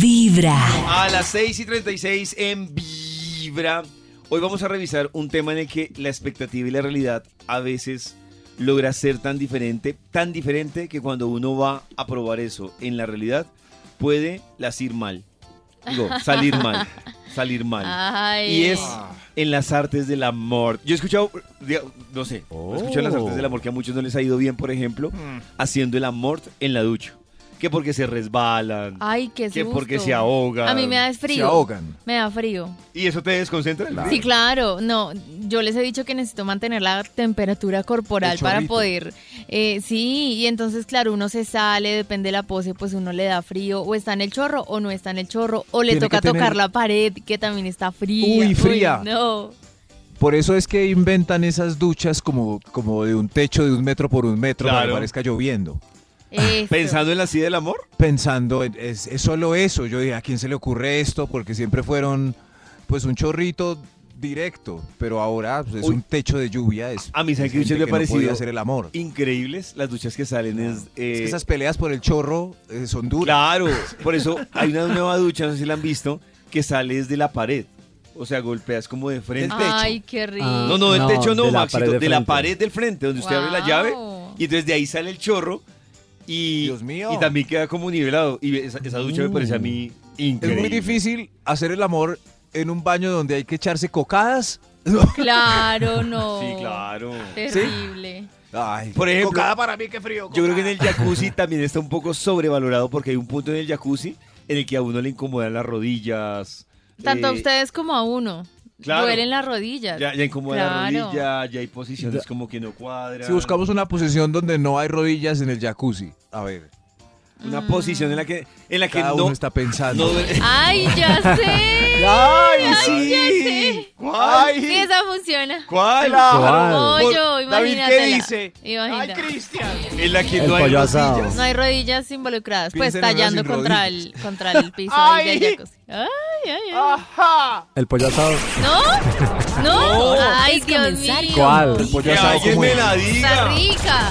Vibra. A las 6 y 36 en Vibra. Hoy vamos a revisar un tema en el que la expectativa y la realidad a veces logra ser tan diferente, tan diferente que cuando uno va a probar eso en la realidad puede las ir mal. Digo, salir mal. Salir mal. Ay. Y es en las artes del amor. Yo he escuchado, diga- no sé, he escuchado en las artes del amor que a muchos no les ha ido bien, por ejemplo, haciendo el amor en la ducha. Que porque se resbalan. Ay, qué que susto. porque se ahogan. A mí me da frío. Se Ah. ahogan. Me da frío. ¿Y eso te desconcentra? Sí, claro. No, yo les he dicho que necesito mantener la temperatura corporal El para chorrito. poder. eh, sí, y entonces, claro, uno se sale, depende de la pose, pues uno le da frío. O está en el chorro o no está en el chorro. O le Tiene toca que tener- tocar la pared, que también está fría. Uy, fría. no. Por eso es que inventan esas duchas como, como de un techo de un metro por un metro para Claro. que parezca lloviendo. Eso. ¿Pensando en la silla del amor? Pensando, en- es, es solo eso. Yo dije, ¿a quién se le ocurre esto? Porque siempre fueron pues un chorrito directo, pero ahora pues, es Uy. un techo de lluvia. Es, A mí, ¿sabe es qué duchas gente me ha que no podía parecido? hacer el amor. Increíbles las duchas que salen. Es, eh, Es que esas peleas por el chorro eh, son duras. Claro, por eso hay una nueva ducha, no sé si la han visto, que sale desde la pared. O sea, golpeas como de frente. Ay, qué rico. Ah, No, no, del No, techo no, de la Maxito, pared de, de la frente. pared del frente, donde usted abre la llave Guau. y entonces de ahí sale el chorro y, Dios mío. y también queda como nivelado. Y esa, esa ducha me parece a mí Es increíble. muy difícil hacer el amor en un baño donde hay que echarse cocadas. Claro, no. Sí, claro. Terrible. Ay, Por ejemplo, cocada para mí, qué frío. Yo creo que en cocada. el jacuzzi también está un poco sobrevalorado porque hay un punto en el jacuzzi en el que a uno le incomodan las rodillas. Tanto a eh, ustedes como a uno. claro. Duelen las rodillas. Ya, ya incomoda la Claro. rodilla, ya hay posiciones como que no cuadran. Si buscamos una posición donde no hay rodillas en el jacuzzi. A ver, una posición en la que, en la que cada no, uno está pensando. no duele. Ay, ya sé. ¡Ay, Ah. ya sé. ¿Cuál? Sí, esa funciona. ¿Cuál? ¿Cuál? Pollo, Por- David, imagínatela. ¿qué dice? Imagínate. En la que El no hay pollo asado. rodillas. No hay rodillas involucradas, pues Piensen en una tallando sin contra el, rodillas. contra el piso ahí del jacuzzi. Ay, ay, ay. El pollo asado. ¿No? ¿No? Ay, Es Dios comenzar mío. ¿Cuál? El Pues Que pollo asado. alguien ¿cómo me es? la Está diga. rica.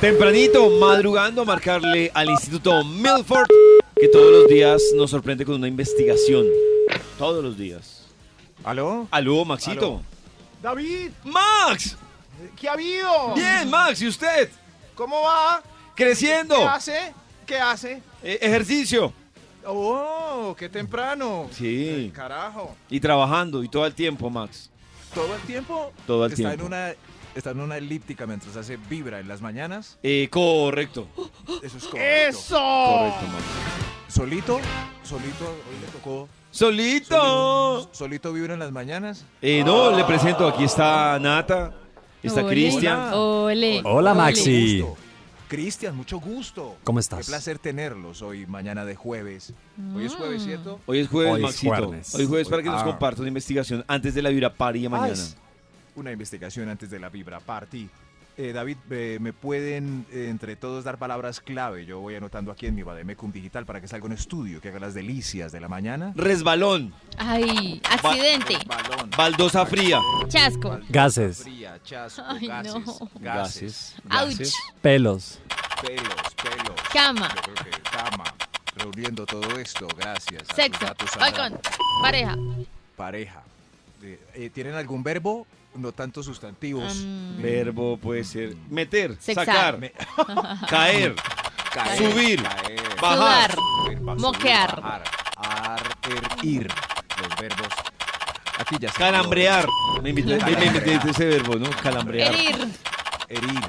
Tempranito, madrugando, a marcarle al Instituto Milford, que todos los días nos sorprende con una investigación. Todos los días. ¿Aló? Aló, Maxito. David, Oh. ¡Max! ¿qué ha habido? Bien, Max, ¿y usted? ¿Cómo va? Creciendo. ¿Qué hace? ¿Qué hace? Eh, ejercicio. Oh, qué temprano. Sí. Eh, Carajo. Y trabajando, y todo el tiempo, Max. ¿Todo el tiempo? Todo el está tiempo. En una, está en una elíptica mientras hace vibra en las mañanas. Eh, correcto. Eso es correcto. ¡Eso! Correcto, Max. Solito, solito, hoy le tocó. ¡Solito! Solito vibra en las mañanas. Eh, no, Ah. le presento, aquí está Nata, está Ole, Cristian. Ole. Hola, ole. Maxi. Sí. Gusto. Cristian, mucho gusto. ¿Cómo estás? Qué placer tenerlos hoy, mañana de jueves. Hoy es jueves, ¿cierto? Hoy es jueves, Hoy es Maxito. jueves. Hoy es jueves para que nos Ah. comparta una investigación antes de la Vibra Party de mañana. Ah, es una investigación antes de la Vibra Party. Eh, David, eh, ¿me pueden eh, entre todos dar palabras clave? Yo voy anotando aquí en mi Bademecum Digital para que salga un estudio que haga las delicias de la mañana. Resbalón, Ay, accidente. Balón, baldosa fría, Chasco. Gases, fría, chasco, Ay, gases, no. gases, Ouch. pelos. pelos, pelos. Cama. Yo creo que cama. Reuniendo todo esto, gracias. a tus Sexo. datos sagrados. Balcón. Pareja. Pareja. Eh, eh, ¿Tienen algún verbo? No tanto sustantivos. Mm. verbo puede ser meter, Sexar. sacar, Me- caer, Caer, Subir. caer. bajar. Sudar. Subir, va, subir, Moquear. bajar, ar, er, ir. Los verbos. Aquí ya está. Calambrear. Me invité, me- me invité Calambrear. ese verbo, ¿no? Calambrear. Herir. Herir.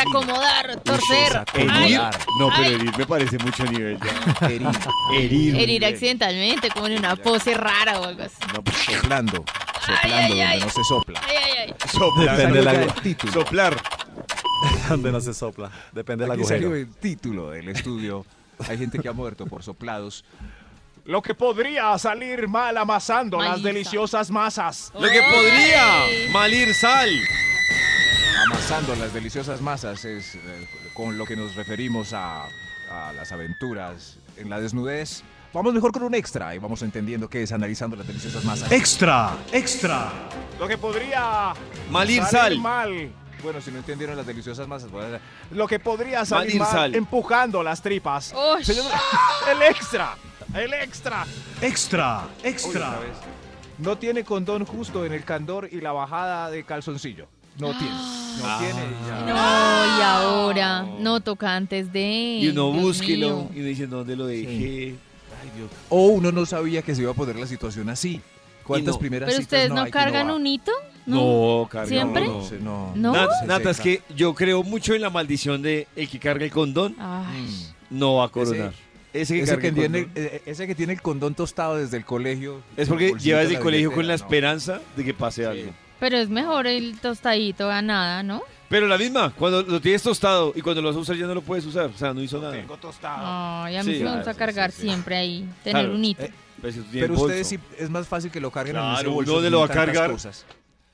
Desacomodar. Uy, Torcer. Herir. desacomodar. No, Ay. Eh. pero herir me parece mucho nivel. ya. Herir. Herir. Herir accidentalmente, como en una pose rara o algo así. No, pues, soplando. Soplando Ay, ay, donde ay. no se sopla. Ay, ay, ay. Soplar. Depende del Salga agua. el título. Soplar. Donde no se sopla. Depende del Aquí salió agujero. el título del estudio Hay gente que ha muerto por soplados. Lo que podría salir mal amasando las Malista. deliciosas masas. Lo que podría malir sal. Amasando las deliciosas masas es eh, con lo que nos referimos a, a las aventuras en la desnudez. Vamos mejor con un extra y vamos entendiendo qué es analizando las deliciosas masas. Extra, extra. Lo que podría Malir salir sal. mal. Bueno, si no entendieron las deliciosas masas, voy a hacer- pues, Lo que podría salir Malir mal sal. empujando las tripas. Uy. Señor- el extra. El extra. Extra, otra extra. vez. No tiene condón justo en el candor y la bajada de calzoncillo. No tiene. No tiene. y ya. No, y ahora. No toca antes de. Y uno Dios búsquelo y mío. uno dice, ¿dónde lo dejé? Ay, Dios. O uno no sabía que se iba a poner la situación así. ¿Cuántas pues no. primeras Pero citas ustedes no, hay que cargan va? un hito. No, Mm. carga. ¿Siempre? no. se- No. ¿No? Nat- Se Nata, es seca. que yo creo mucho en la maldición de el que carga el condón Ay. no va a coronar. Ese, que Ese carga que, el tiene, condón. eh, ese que tiene el condón tostado desde el colegio. Es porque Bolsita lleva en desde el colegio con la billetera, esperanza de que pase no. algo. Sí. Pero es mejor el tostadito a nada, ¿no? Pero la misma, cuando lo tienes tostado y cuando lo vas a usar ya no lo puedes usar. O sea, no hizo nada. Tengo tostado. Ay, a mí Ah. Sí, sí me claro, gusta sí, cargar sí, sí. siempre ahí. Tener Claro. un hito. Eh, Pero, Pues si tú tienes Pero bolso. ustedes sí, es más fácil que lo carguen en ese Claro, bolso. ¿dónde con lo va a tantas cargar? cosas.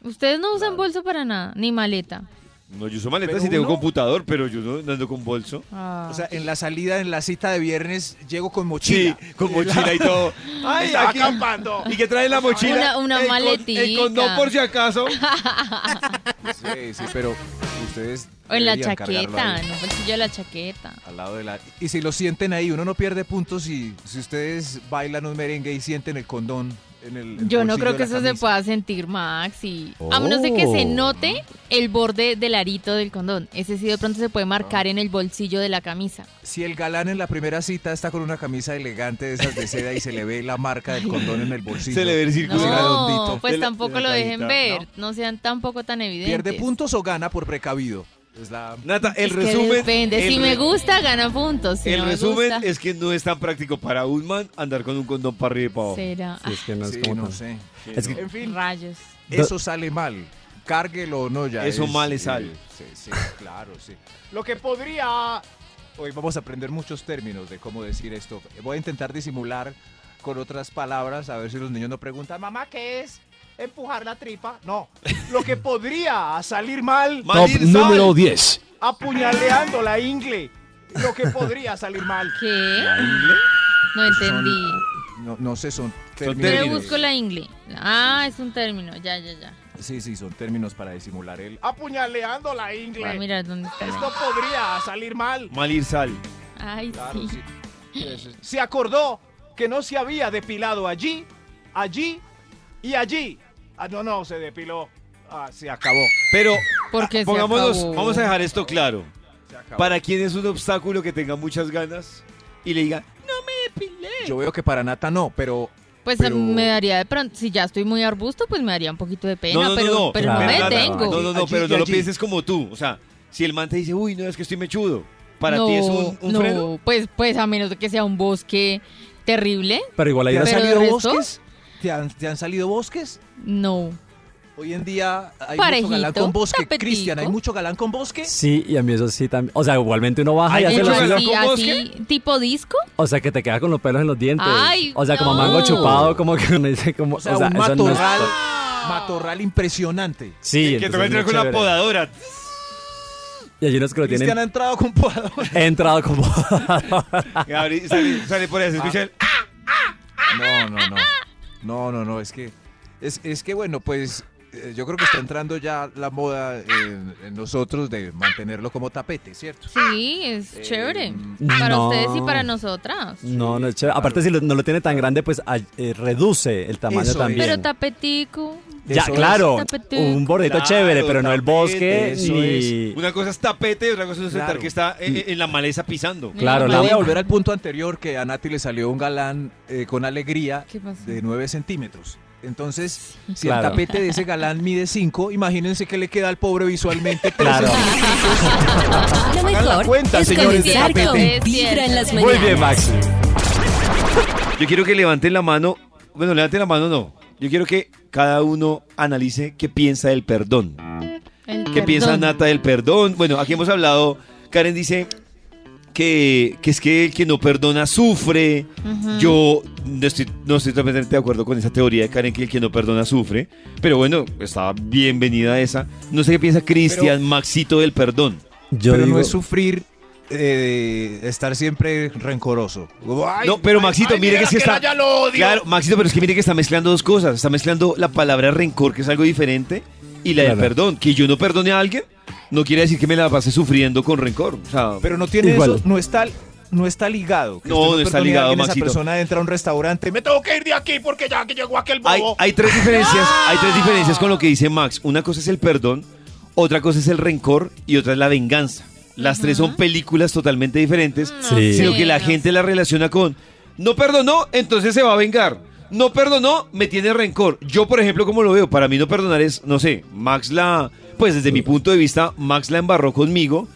Ustedes no usan bolso para nada, ni maleta. No, yo uso maletas Pero y tengo uno- computador, pero yo no no ando con bolso. Ah. O sea, en la salida, en la cita de viernes, llego con mochila. con mochila y todo. Ay, Está aquí- acampando. ¿Y qué trae la mochila? Una- una El con- El maletica. condón por si acaso. Sí, sí, pero ustedes. o en la deberían cargarlo chaqueta, ahí, no bolsillo de la chaqueta. Al lado de la. Y si lo sienten ahí, uno no pierde puntos. Y si ustedes bailan un merengue y sienten el condón en el. el Yo no bolsillo creo de que la eso se camisa. pueda sentir, Max. y- A menos de que se Oh. note el borde del arito del condón. Ese sí de pronto se puede Ah. marcar en el bolsillo de la camisa. Si el galán en la primera cita está con una camisa elegante de esas de seda y se le ve la marca del condón en el bolsillo. Se le ve el Pues sí, No, redondito. pues De la- tampoco de la lo dejen cajita, ver. No sean tampoco tan evidentes. ¿Pierde puntos o gana por precavido? Es la- Nata, el Es que resumen. depende. el Si me re- gusta, gana puntos. Si el no me resumen gusta, es que no es tan práctico para un man andar con un condón para arriba y para abajo. será. Sí, es que no es Sí, como no tan- sé. Es que- En fin. Rayos. Eso sale mal. Cárguelo o no ya. Eso mal es eh, al. Sí, sí, claro, sí. Lo que podría Hoy vamos a aprender muchos términos de cómo decir esto. Voy a intentar disimular con otras palabras a ver si los niños no preguntan. Mamá, mamá ¿qué es empujar la tripa. No. Lo que podría salir mal Top número 10. apuñaleando la ingle. Lo que podría salir mal. ¿Qué? ¿la ingle? No Esos son- entendí. no, no sé, son términos. términos. Yo le términos. busco la ingle. Ah, es un término. Ya, ya, ya. Sí, sí, son términos para disimular el. Apuñaleando la Voy a Pues ingle. mirar dónde está. la- Esto podría salir mal. Malir sal. Ay, Claro, sí. sí. Eso es- Se acordó que no se había depilado allí, allí y allí. Ah, no, no, se depiló. Ah, se acabó. Pero Porque se pongámonos, acabó. vamos a dejar esto claro. se acabó. Para quien es un obstáculo que tenga muchas ganas y le diga, Yo veo que para Nata no, pero Pues pero- me daría de pronto, si ya estoy muy arbusto, pues me daría un poquito de pena, no, no, no, pero, no, pero no claro. me Nata, detengo. No, no, no, Allí pero y no lo allí. pienses como tú. O sea, si el man te dice, uy, no, es que estoy mechudo. Para No, ti es un, un no, freno. Pues, pues a menos de que sea un bosque terrible, Pero igual ahí ¿Te han Pero- es- salido de resto- bosques? ¿Te han, te han salido bosques? no. Hoy en día hay Parejito, mucho galán con bosque. tapetico. Cristian, ¿hay mucho galán con bosque? Sí, y a mí eso sí también. O sea, igualmente uno baja Ay, y hace mucho los galán hilos. así, con así, tipo disco. O sea, que te queda con los pelos en los dientes. Ay, o sea, como no. mango chupado, como que uno dice como. O sea, un eso no es- matorral, matorral impresionante. Sí, que te entonces va a es muy entrar con la chévere. podadora. Y allí unos que lo tienen. Cristian ha entrado con podador. He entrado como. Y abre- sale, sale por ahí, se escucha el- No, no, no. No, no, no. Es que, es, es que bueno, pues eh, yo creo que está entrando ya la moda en, en nosotros de mantenerlo como tapete, ¿cierto? Sí, Ah. es Eh, chévere. Para no. ustedes y para nosotras. no, no es chévere. Aparte, si lo- no lo tiene tan grande, pues ay- eh, reduce el tamaño Eso es. también. Pero tapetico. ya, Eso es. claro. Tapete. Un bordito Claro, chévere, pero no el tapete, bosque eso ni. es. Una cosa es tapete y otra cosa es sentar Claro. que está en, en la maleza pisando. Claro, Me la- voy a volver al punto anterior que a Nati le salió un galán eh, con alegría ¿Qué pasó? de 9 centímetros. Entonces, si Claro. el tapete de ese galán mide 5, imagínense que le queda al pobre visualmente. pues, tres Claro. Lo mejor cuenta, es señores de conectar con tapete. Vibra en las Muy mañanas. bien, Maxi. Yo quiero que levanten la mano. Bueno, levanten la mano no. Yo quiero que cada uno analice qué piensa del perdón. El ¿Qué piensa perdón. Nata del perdón? Bueno, aquí hemos hablado. Karen dice que, que es que el que no perdona sufre. Ujú. Yo no estoy, no estoy totalmente de acuerdo con esa teoría de Karen que el que no perdona sufre. Pero bueno, está bienvenida esa. No sé qué piensa Cristian Maxito del perdón. Yo pero digo, no es sufrir eh, estar siempre rencoroso. Ay, no, pero ay, Maxito, ay, mire que mira es que está. ya lo odio. Claro, Maxito, pero es que mire que está mezclando dos cosas. Está mezclando la palabra rencor, que es algo diferente, y la del Claro. perdón. Que yo no perdone a alguien, no quiere decir que me la pase sufriendo con rencor. O sea, Pero no tiene Igual. eso, no está, no está ligado. que No, usted no está perdone a ligado, alguien, Maxito. Esa persona entra a un restaurante, me tengo que ir de aquí porque ya que llegó aquel bobo. hay, hay tres diferencias. Hay tres diferencias con lo que dice Max. Una cosa es el perdón, otra cosa es el rencor y otra es la venganza. Las tres son películas totalmente diferentes, Sí. sino que la Sí, no gente la relaciona con no perdonó, entonces se va a vengar. No perdonó, me tiene rencor. Yo, por ejemplo, como lo veo, para mí no perdonar es, no sé, Max la, pues desde mi punto de vista, Max la embarró conmigo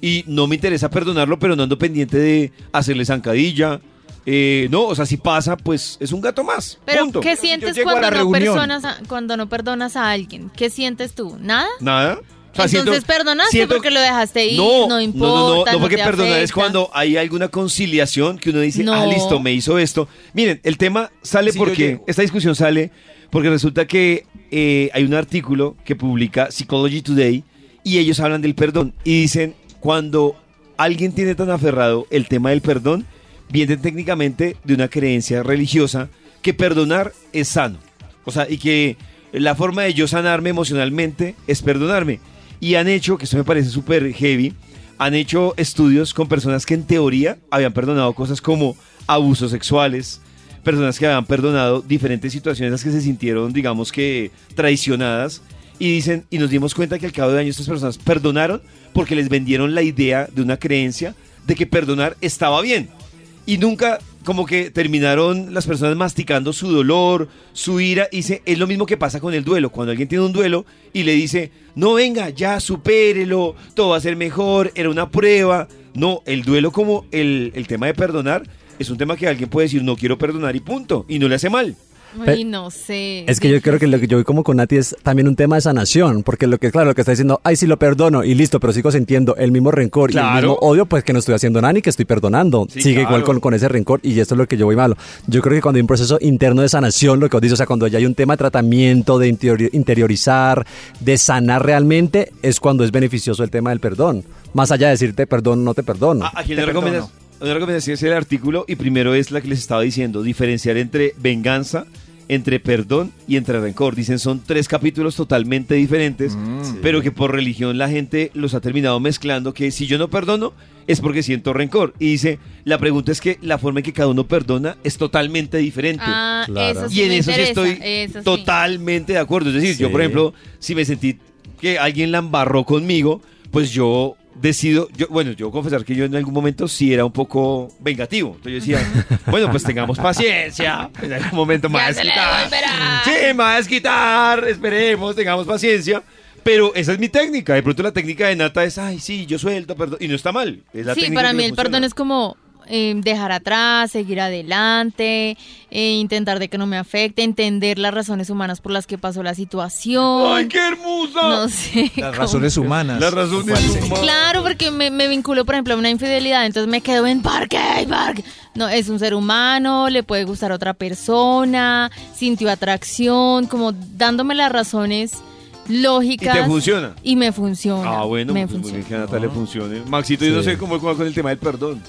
y no me interesa perdonarlo, pero no ando pendiente de hacerle zancadilla. Eh, no, o sea, si pasa, pues es un gato más. Pero, punto. ¿qué sientes llego a cuando la no, reunión. personas a- cuando no perdonas a alguien? ¿Qué sientes tú? ¿Nada? Nada. O sea, Entonces siento- perdonaste siento- porque lo dejaste ir, No, no, no, no, importa. no, no, no porque te perdonar es afecta. cuando hay alguna conciliación que uno dice, ah, No. listo, me hizo esto. Miren, el tema sale Sí, yo porque, llego. esta discusión sale porque resulta que eh, hay un artículo que publica Psychology Today y ellos hablan del perdón y dicen, cuando alguien tiene tan aferrado el tema del perdón, viene técnicamente de una creencia religiosa que perdonar es sano. O sea, y que la forma de yo sanarme emocionalmente es perdonarme. Y han hecho, que esto me parece súper heavy, han hecho estudios con personas que en teoría habían perdonado cosas como abusos sexuales, personas que habían perdonado diferentes situaciones en las que se sintieron, digamos que, traicionadas. Y dicen, y nos dimos cuenta que al cabo de años estas personas perdonaron porque les vendieron la idea de una creencia de que perdonar estaba bien y nunca como que terminaron las personas masticando su dolor, su ira, y se- es lo mismo que pasa con el duelo, cuando alguien tiene un duelo y le dice, no venga, ya, supérelo, todo va a ser mejor, era una prueba, no, el duelo como el, el tema de perdonar, es un tema que alguien puede decir, no quiero perdonar y punto, y no le hace mal. Ay, no sé. es que yo creo que lo que yo voy como con Nati es también un tema de sanación, porque lo que, claro, lo que está diciendo, ay, sí lo perdono y listo, pero sigo sintiendo el mismo rencor y el Claro. mismo odio, pues que no estoy haciendo nada ni que estoy perdonando. Sí, Sigue claro. igual con, con ese rencor y esto es lo que yo voy malo. Yo creo que cuando hay un proceso interno de sanación, lo que os dice, o sea, cuando ya hay un tema de tratamiento, de interiori- interiorizar, de sanar realmente, es cuando es beneficioso el tema del perdón. Más allá de decirte perdón, no te perdono. ¿A, a quién Te Ah, le recomiendas? perdono. Una recomendación es el artículo y primero es la que les estaba diciendo, diferenciar entre venganza, entre perdón y entre rencor. Dicen son tres capítulos totalmente diferentes, pero que por religión la gente los ha terminado mezclando, que si yo no perdono es porque siento rencor. Y dice, la pregunta es que la forma en que cada uno perdona es totalmente diferente. Ah, Claro. eso sí Y en me eso sí interesa, estoy eso sí. totalmente de acuerdo. Es decir, yo, Sí. por ejemplo, si me sentí que alguien la embarró conmigo, pues yo decido, yo, bueno, yo confesar que yo en algún momento sí era un poco vengativo. Entonces yo decía, bueno, pues tengamos paciencia, pues, en algún momento Ya más se le quitar. devolverá. Sí, me va a desquitar, esperemos, tengamos paciencia. Pero esa es mi técnica. De pronto la técnica de Nata es, ay, sí, yo suelto, perdón. Y no está mal. Es la Sí, técnica para que mí le el perdón funciona. es como eh, dejar atrás, seguir adelante, eh, intentar de que no me afecte, entender las razones humanas por las que pasó la situación. ¡Ay, qué hermosa! No sé. Las cómo- razones humanas. Las razones ¿Cuáles? humanas. Claro, porque me, me vinculo, por ejemplo, a una infidelidad, entonces me quedo en parque, ay, parque. No, es un ser humano, le puede gustar a otra persona, sintió atracción, como dándome las razones lógicas. ¿Y te funciona? Y me funciona. Ah, bueno, me pues muy bien funciona. que a Nata le funcione. Maxito, yo no Sí. sé cómo juega con el tema del perdón.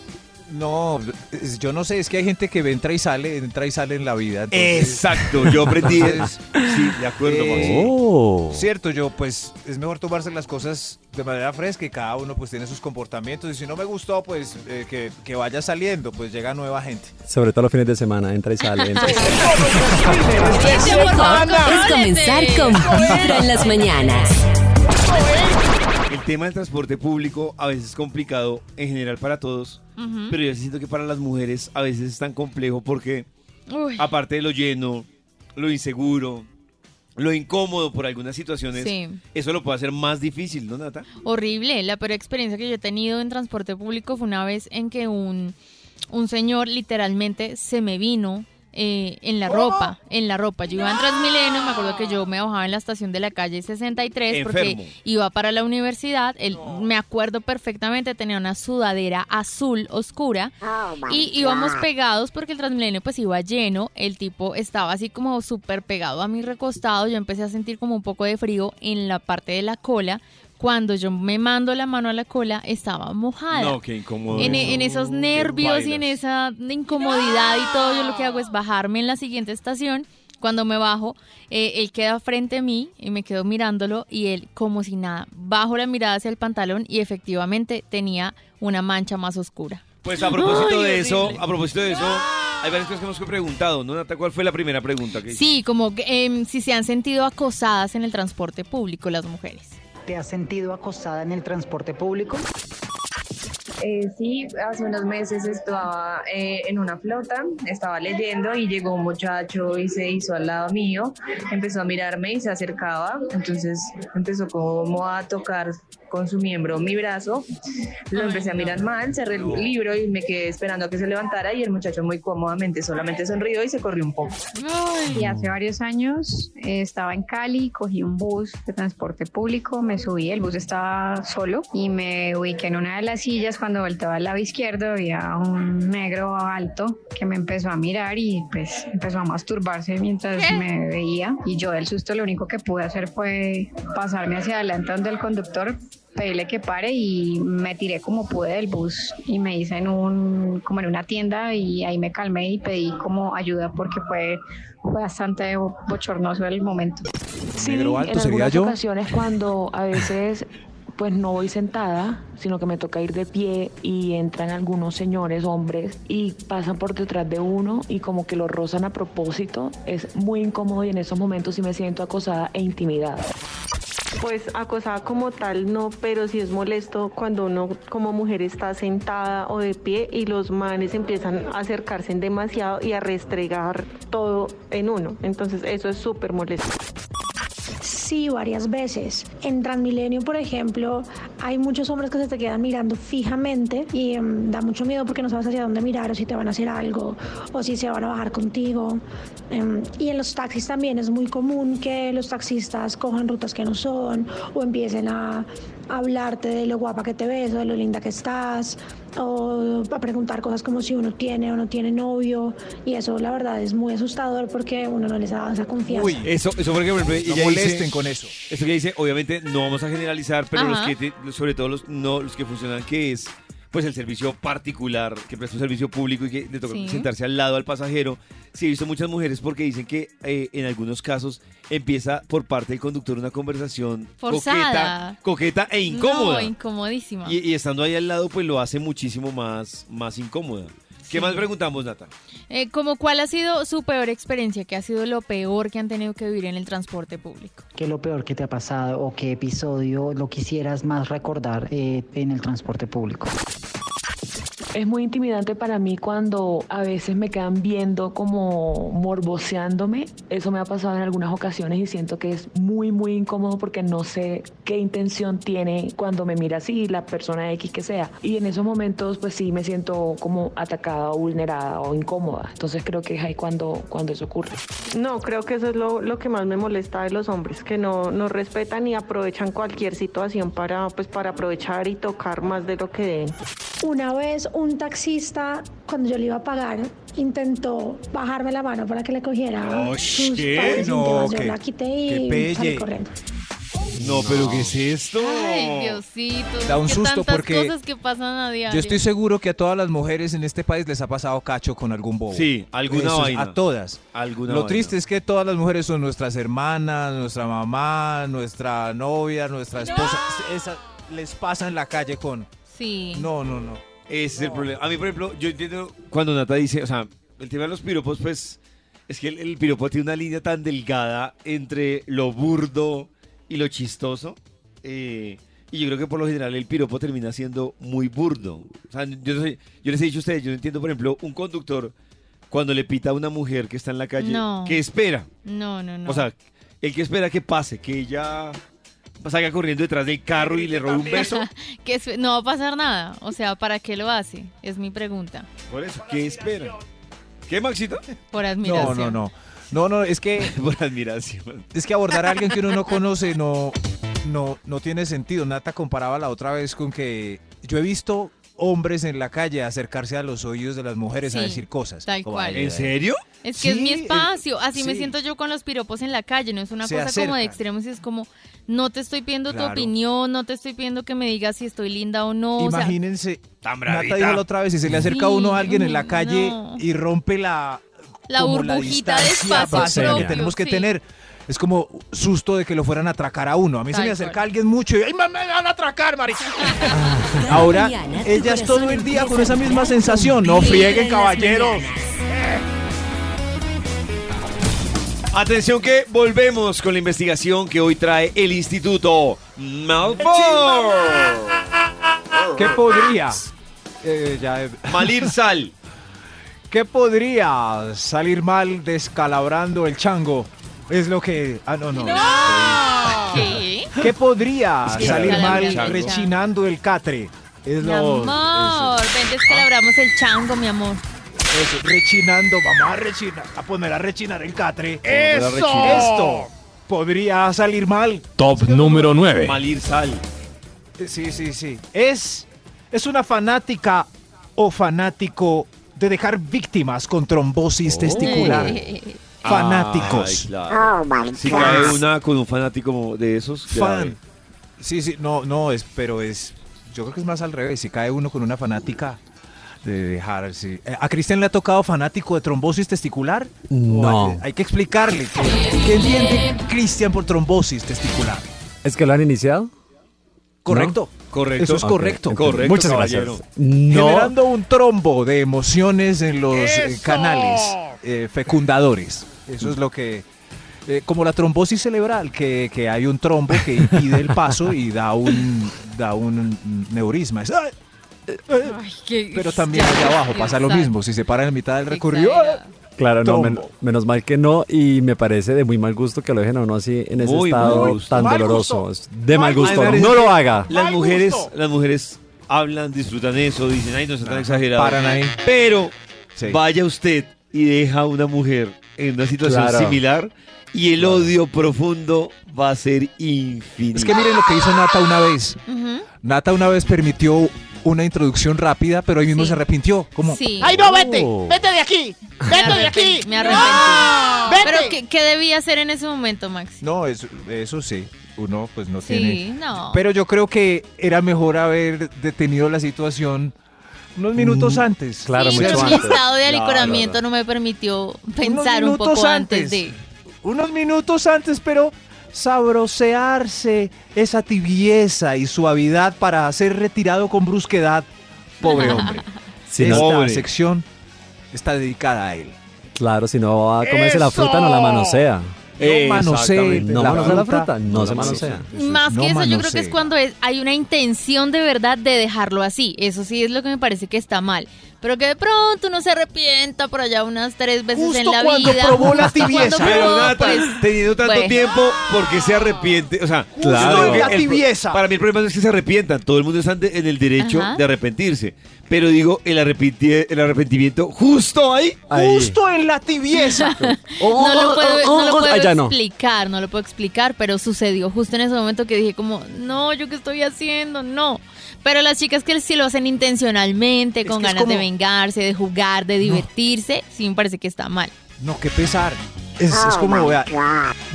No, es- yo no sé, es que hay gente que entra y sale, entra y sale en la vida. entonces- Exacto, yo aprendí. Entonces, sí, de acuerdo, eh, Maxito. Oh. Cierto, yo pues es mejor tomarse las cosas de manera fresca y cada uno pues tiene sus comportamientos y si no me gustó pues eh, que, que vaya saliendo, pues llega nueva gente. Sobre todo los fines de semana, entra y sale. entra y sale. Dice, por favor, Es comenzar contrólese. con Vibra en las mañanas. El tema del transporte público a veces es complicado en general para todos, Ujú. pero yo sí siento que para las mujeres a veces es tan complejo porque Uy, aparte de lo lleno, lo inseguro, lo incómodo por algunas situaciones, Sí. eso lo puede hacer más difícil, ¿no, Nata? horrible. La peor experiencia que yo he tenido en transporte público fue una vez en que un, un señor literalmente se me vino eh, en la ropa, en la ropa. Yo iba en Transmilenio, me acuerdo que yo me bajaba en la estación de la calle 63 Enfermo. porque iba para la universidad. Él, Me acuerdo perfectamente, tenía una sudadera azul oscura y íbamos pegados porque el Transmilenio pues iba lleno. El tipo estaba así como súper pegado a mi recostado. Yo empecé a sentir como un poco de frío en la parte de la cola. Cuando yo me mando la mano a la cola, estaba mojada. No, qué incómodo. Ah, En, eso. en esos Qué nervios y en vainas. esa incomodidad y todo, yo lo que hago es bajarme en la siguiente estación. Cuando me bajo, eh, él queda frente a mí y me quedo mirándolo y él como si nada, bajo la mirada hacia el pantalón y efectivamente tenía una mancha más oscura. Pues a propósito Ay, de eso, horrible. a propósito de eso, hay varias cosas que hemos preguntado, ¿no, Nata? ¿Cuál fue la primera pregunta que Sí, como que, em, si se han sentido acosadas en el transporte público las mujeres. ¿Te has sentido acosada en el transporte público? Eh, sí, hace unos meses estaba eh, en una flota, estaba leyendo y llegó un muchacho y se hizo al lado mío, empezó a mirarme y se acercaba, entonces empezó como a tocar con su miembro mi brazo, lo empecé a mirar mal, cerré el libro y me quedé esperando a que se levantara y el muchacho muy cómodamente solamente sonrió y se corrió un poco. Y hace varios años eh, estaba en Cali, cogí un bus de transporte público, me subí, el bus estaba solo y me ubiqué en una de las sillas. Cuando volteaba al lado izquierdo había un negro alto que me empezó a mirar y pues empezó a masturbarse mientras me veía. Y yo del susto lo único que pude hacer fue pasarme hacia adelante donde el conductor pedirle que pare y me tiré como pude del bus y me hice en un como en una tienda y ahí me calmé y pedí como ayuda porque fue fue bastante bo- bochornoso el momento. Sí, Negro alto en sería algunas yo. ocasiones cuando a veces pues no voy sentada, sino que me toca ir de pie y entran algunos señores, hombres, y pasan por detrás de uno y como que lo rozan a propósito. Es muy incómodo y en esos momentos sí me siento acosada e intimidada. Pues acosada como tal no, pero sí es molesto cuando uno como mujer está sentada o de pie y los manes empiezan a acercarse en demasiado y a restregar todo en uno. Entonces eso es súper molesto. Sí, varias veces. En Transmilenio, por ejemplo, hay muchos hombres que se te quedan mirando fijamente y em, da mucho miedo porque no sabes hacia dónde mirar o si te van a hacer algo o si se van a bajar contigo. Em, y en los taxis también es muy común que los taxistas cojan rutas que no son o empiecen a hablarte de lo guapa que te ves o de lo linda que estás o a preguntar cosas como si uno tiene o no tiene novio y eso la verdad es muy asustador porque uno no les da esa confianza. Uy, eso, eso por ejemplo, No ella molesten dice- con e-. eso. Eso que dice, obviamente no vamos a generalizar, pero los Ajá. que, te- sobre todo los, no, los que funcionan, que es pues el servicio particular, que presta un servicio público y que le toca Sí. sentarse al lado al pasajero. Sí, he visto muchas mujeres porque dicen que eh, en algunos casos empieza por parte del conductor una conversación Forzada. coqueta, coqueta e incómoda. No, incomodísima. y, y estando ahí al lado, pues lo hace muchísimo más, más incómoda. ¿Qué Sí. más preguntamos, Nata? Eh, como cuál ha sido su peor experiencia, qué ha sido lo peor que han tenido que vivir en el transporte público. ¿Qué es lo peor que te ha pasado o qué episodio lo quisieras más recordar eh, en el transporte público? Es muy intimidante para mí cuando a veces me quedan viendo como morboseándome. Eso me ha pasado en algunas ocasiones y siento que es muy, muy incómodo porque no sé qué intención tiene cuando me mira así, la persona X que sea. Y en esos momentos, pues sí, me siento como atacada o vulnerada o incómoda. Entonces creo que es ahí cuando, cuando eso ocurre. No, creo que eso es lo, lo que más me molesta de los hombres, que no, no respetan y aprovechan cualquier situación para, pues, para aprovechar y tocar más de lo que deben. Una vez un taxista, cuando yo le iba a pagar, intentó bajarme la mano para que le cogiera Osh, sus ¿qué? padres No, íntimas. Yo qué- la quité qué y pelle. salí corriendo. No, pero ¿qué es esto? Ay, Diosito. Da un que susto tantas porque cosas que pasan a diario. Yo estoy seguro que a todas las mujeres en este país les ha pasado cacho con algún bobo. Sí, alguna Eso es, vaina. A todas. Alguna Lo vaina. triste es que todas las mujeres son nuestras hermanas, nuestra mamá, nuestra novia, nuestra esposa. Esa- les pasa en la calle con... Sí. No, no, no. Ese es el problema. A mí, por ejemplo, yo entiendo cuando Nata dice, o sea, el tema de los piropos, pues, es que el, el piropo tiene una línea tan delgada entre lo burdo y lo chistoso. eh, y yo creo que por lo general el piropo termina siendo muy burdo. O sea, yo, no sé- yo les he dicho a ustedes, yo no entiendo, por ejemplo, un conductor cuando le pita a una mujer que está en la calle, No. que espera. No, no, no. O sea, el que espera que pase, que ella salga corriendo detrás del carro y le robe un beso. Que es- no va a pasar nada. O sea, ¿para qué lo hace? Es mi pregunta. Por eso, ¿qué espera? ¿Qué, Maxito? Por No, admiración. no, no. No, no, es que. Por admiración. Es que abordar a alguien que uno no conoce no, no, no tiene sentido. Nata comparaba la otra vez con que yo he visto hombres en la calle acercarse a los oídos de las mujeres a Sí, decir cosas. tal Como, cual. "Ay, ¿En serio? Es que es mi Sí, eh, espacio. Así me sí. siento yo con los piropos en la calle. No es una Se cosa como de acercan. extremos. Es como, no te estoy pidiendo tu Claro. opinión, no te estoy pidiendo que me digas si estoy linda o no. o sea, Imagínense, Tan Nata bravita. dijo la otra vez, si se le acerca Sí, uno a alguien en la no. calle y rompe la, La como burbujita de distancia espacio básica que propio, tenemos que sí. tener. Es como susto de que lo fueran a atracar a uno. A mí se Tal me acerca cual. alguien mucho y ¡ay, me me van a atracar, marica! Cada Ahora, mañana tu ellas corazón todo el día con esa misma sensación. No No frieguen, frieguen, caballeros. caballeros. Atención que volvemos con la investigación que hoy trae el Instituto Malfoy. ¿Qué podría? Eh, ya, eh. Malir Sal. ¿Qué podría salir mal descalabrando el chango? Es lo que... Ah, no, no. ¿Qué? ¿Qué podría Es que salir mal descalabrando el rechinando el catre? Es Mi lo... amor, ven, Ah. descalabramos el chango, mi amor. Eso, rechinando, vamos a rechinar, a poner a rechinar el catre. Eso. Esto podría salir mal. Eh, Top número 9. Malir Sal. Sí, sí, sí. Es, es una fanática o fanático de dejar víctimas con trombosis testicular. Fanáticos. Ay, claro. Si cae una con un fanático de esos. Fan. Sí, sí, no, no, es, pero es, yo creo que es más al revés. Si cae uno con una fanática de dejar, sí. Eh, ¿A Cristian le ha tocado fanático de trombosis testicular? No. O Hay, hay que explicarle. ¿Qué, qué entiende Cristian por trombosis testicular? ¿Es que lo han iniciado? ¿Correcto? Correcto. Eso es Ok, correcto. entendido. Correcto, Muchas caballero. gracias. No. Generando un trombo de emociones en los eh, canales eh, fecundadores. Eso es lo que... eh, como la trombosis cerebral, que, que hay un trombo que impide el paso y da un, da un neurisma. Es, ¡ay! Ay, qué- Pero también allá abajo pasa lo Exacto. mismo. Si se paran en mitad del recorrido, Exagerado. Claro, no, men- Trombo. menos mal que no. Y me parece de muy mal gusto que lo dejen a uno así en ese Muy mal estado gusto. tan Mal doloroso. gusto. Es De mal Mal gusto. gusto. No lo haga. Las Mal mujeres, gusto. las mujeres hablan, disfrutan eso, dicen, ay, no se tan exagerado. paran ahí. Pero Sí. vaya usted y deja a una mujer en una situación Claro. similar y el odio profundo va a ser infinito. Es que miren lo que hizo Nata una vez. Ujú. Nata una vez permitió una introducción rápida, pero ahí mismo Sí. se arrepintió. Como, Sí. ¡Ay, no, vete! Oh. ¡Vete de aquí! Me ¡Vete de arrepentí, aquí! Me arrepentí. ¡No! ¡Vete! Pero ¿qué, qué debía hacer en ese momento, Maxi? No, eso, eso sí. Uno pues no sí, tiene. no. Pero yo creo que era mejor haber detenido la situación unos minutos Mm, antes. claro, sí, mucho pero mi antes. estado de Claro, alicoramiento claro. no me permitió Unos pensar un minutos poco antes, de... Unos minutos antes, pero sabrosearse esa tibieza y suavidad para ser retirado con brusquedad. Pobre hombre. Si Esta no, Pobre. sección está dedicada a él. claro, si no va a comerse la ¡Eso! fruta, no la manosea. No manosee No la manosea fruta. la fruta, no se la manosea. Más No que eso, yo creo que manosee. es cuando es- hay una intención de verdad de dejarlo así. Eso sí es lo que me parece que está mal. Pero que de pronto uno se arrepienta por allá unas tres veces Justo en la cuando vida. probó la justo cuando tibieza. probó, Pero Nata, pues, teniendo tanto bueno. tiempo, ¿por qué se arrepiente? O sea, Claro. creo que la el pro- tibieza. Para mí el problema no es que se arrepientan. Todo el mundo está ante- en el derecho Ajá. de arrepentirse. Pero digo, el, arrepinti- el arrepentimiento justo ahí. Ahí. Justo en la tibieza. no lo puedo, no lo oh, oh, puedo ah, ya no. explicar, no. lo puedo explicar, pero sucedió justo en ese momento que dije como, no, ¿yo qué estoy haciendo? No. Pero las chicas que sí lo hacen intencionalmente, Es con que es ganas de como- vengarse, de jugar, de divertirse, sí me parece que está mal. No, qué pesar. Es, es Ah, como, vea,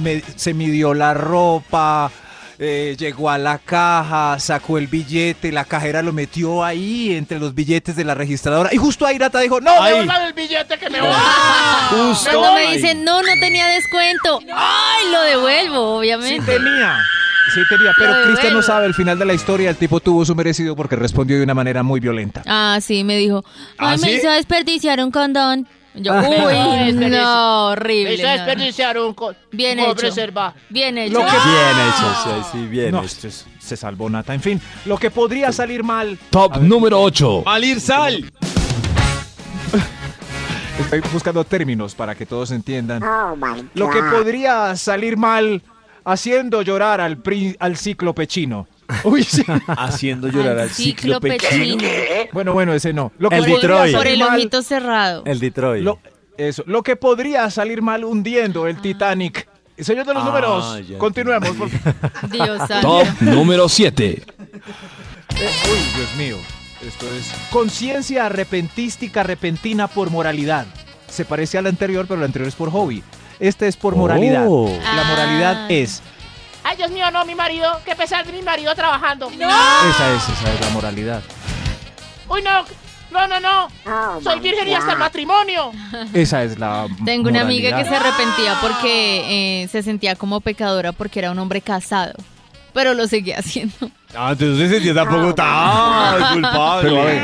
me- se midió la ropa, eh, llegó a la caja, sacó el billete, la cajera lo metió ahí entre los billetes de la registradora. Y justo ahí Nata dijo, no, Ahí. me voy a- el billete que me voy! Justo Cuando me ahí. dicen, no, no tenía descuento, ¡ay, lo devuelvo, obviamente! tenía. Sí tenía, pero Lo Cristian no devuelvo. sabe el final de la historia. El tipo tuvo su merecido porque respondió de una manera muy violenta. Ah, sí, me dijo, ¿Ah, ay, me sí? hizo desperdiciar un condón. Yo, Ay, uy, no, Me horrible. hizo no, no. desperdiciar un co- Bien un hecho. preserva- Bien hecho. Ah, Lo que- Bien hecho, sí, ahí sí, bien No, hecho. se, se salvó Nata. En fin, lo que podría salir mal. Top número 8. Malir Sal. Estoy buscando términos para que todos entiendan. Lo que podría salir mal haciendo llorar al, pri- al cíclope chino. Uy, sí. Haciendo Al llorar al cíclope cíclope. chino. Bueno, bueno, ese no. Lo que El Por el- Detroit. Eh, Por el mal- ojito cerrado. El Detroit. lo- Eso. Lo que podría salir mal hundiendo Ah. el Titanic. Señor de los Ah, números, ya continuemos. por favor. Dios Top número 7. Uy, Dios mío. Esto es conciencia arrepentística repentina por moralidad. Se parece a la anterior, pero la anterior es por hobby. Este es por moralidad. Oh. La moralidad Ah. es. Ay, Dios mío, no, mi marido. Qué pesar de mi marido trabajando. No. Esa es, esa es la moralidad. Uy, no. No, no, no. Soy virgen y hasta el matrimonio. Esa es la. Tengo una amiga que se moralidad. arrepentía porque eh, se sentía como pecadora porque era un hombre casado, pero lo seguía haciendo. Ah, entonces se sentía tampoco tan culpable. Pero a ver,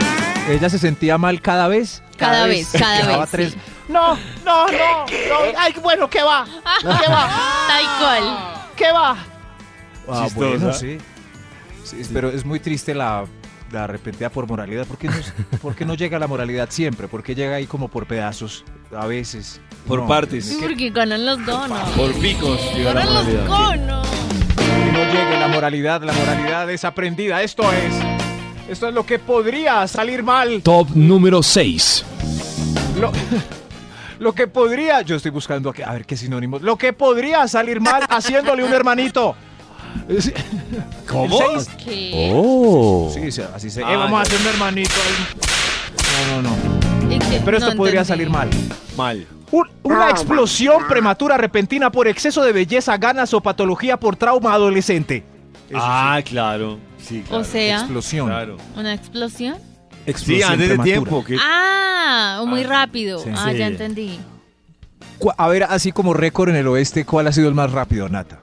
ella se sentía mal cada vez. Cada vez, se cada quedaba vez, tres- No, no, no, no. Ay, bueno, ¿qué va? ¿Qué va? Tal cual. ¿Qué va? Ah, Chistosa. bueno, sí. Sí, es- Pero es muy triste la, la arrepentida por moralidad. ¿Por qué, no, es- por qué no llega la moralidad siempre? ¿Por qué llega ahí como por pedazos? A veces. Por No, partes. es que- Porque ganan los donos. Por picos llega la Ganan los moralidad. conos. Que no llegue la moralidad, la moralidad es aprendida. Esto es. Esto es lo que podría salir mal. Top número 6. Lo, lo que podría. Yo estoy buscando aquí, a ver qué sinónimos. Lo que podría salir mal haciéndole un hermanito. Es- ¿Cómo? el seis. ¿Qué? Oh. Sí, sí, así se. Eh, Ah, vamos ya. a hacer un hermanito. ahí. No, no, no. ¿Y qué? Pero esto No podría entendí. salir mal. Mal. Un- una explosión prematura repentina por exceso de belleza, ganas o patología por trauma adolescente. ah, claro. Sí, claro. O sea, Explosión. Claro. una explosión. Sí, eh, Explosión antes de prematura. tiempo. que- Ah, muy rápido. sí. Ah, Sí. ya entendí. Cu- A ver, así como récord en el oeste, ¿cuál ha sido el más rápido, Nata?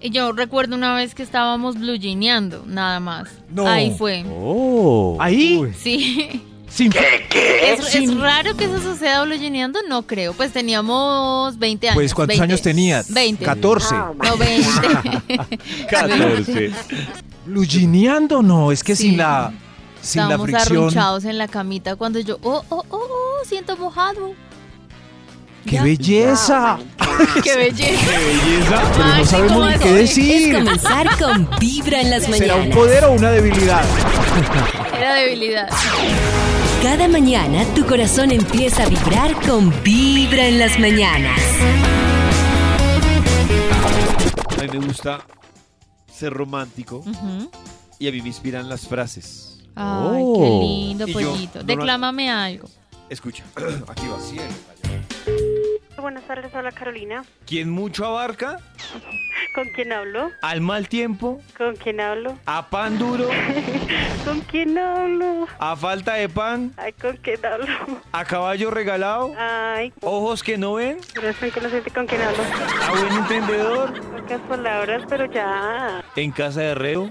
Y yo recuerdo una vez que estábamos bluegineando, nada más. No. Ahí fue. Oh. Ahí, Sí. sin Es, es raro que eso suceda bluegineando, no creo. Pues teníamos 20 años. Pues, ¿cuántos 20. años tenías? 20. 14. No, 20. 14. Lugineando, no, es que Sí. sin la. Sin Estábamos la fricción. arrunchados en la camita cuando yo, oh, oh, oh, oh, siento mojado. ¡Qué Ya. belleza! ¡Qué belleza! ¡Qué belleza! Pero no Maxi, ¿cómo sabemos ni es? qué Es decir. comenzar con Vibra en las ¿Será un mañanas. poder o una debilidad? Era debilidad. Cada mañana tu corazón empieza a vibrar con Vibra en las mañanas. A mí me gusta ser romántico Ujú. y a mí me inspiran las frases. Ay, qué Oh. lindo, Y yo, pollito. normal- Declámame algo. Escucha, aquí va. Cielo. Buenas tardes, habla Carolina. Quien mucho abarca, ¿Con quién hablo? al mal tiempo, ¿Con quién hablo? a pan duro, ¿Con quién hablo? a falta de pan, Ay, ¿con quién hablo? a caballo regalado, Ah. Ay, ojos que no ven, corazón que no sé con quién hablo. a buen entendedor, Pocas palabras, pero ya. en casa de reo,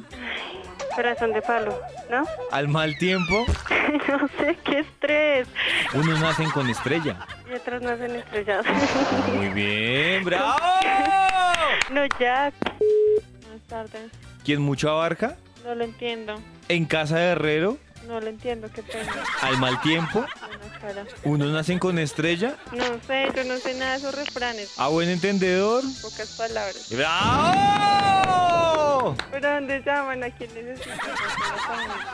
Corazón de palo, ¿no? al mal tiempo, no sé, qué estrés. unos nacen con estrella. Y otros nacen estrellados. Muy bien, bravo. no, ya. Buenas tardes. Quien mucho abarca, No lo entiendo. en casa de herrero, No lo entiendo, qué pena. al mal tiempo, Una cara. unos nacen con estrella, No sé, yo no sé nada de esos refranes. a buen entendedor. Pocas palabras. ¡Bravo! ¿Pero a dónde llaman? ¿A quién necesitan?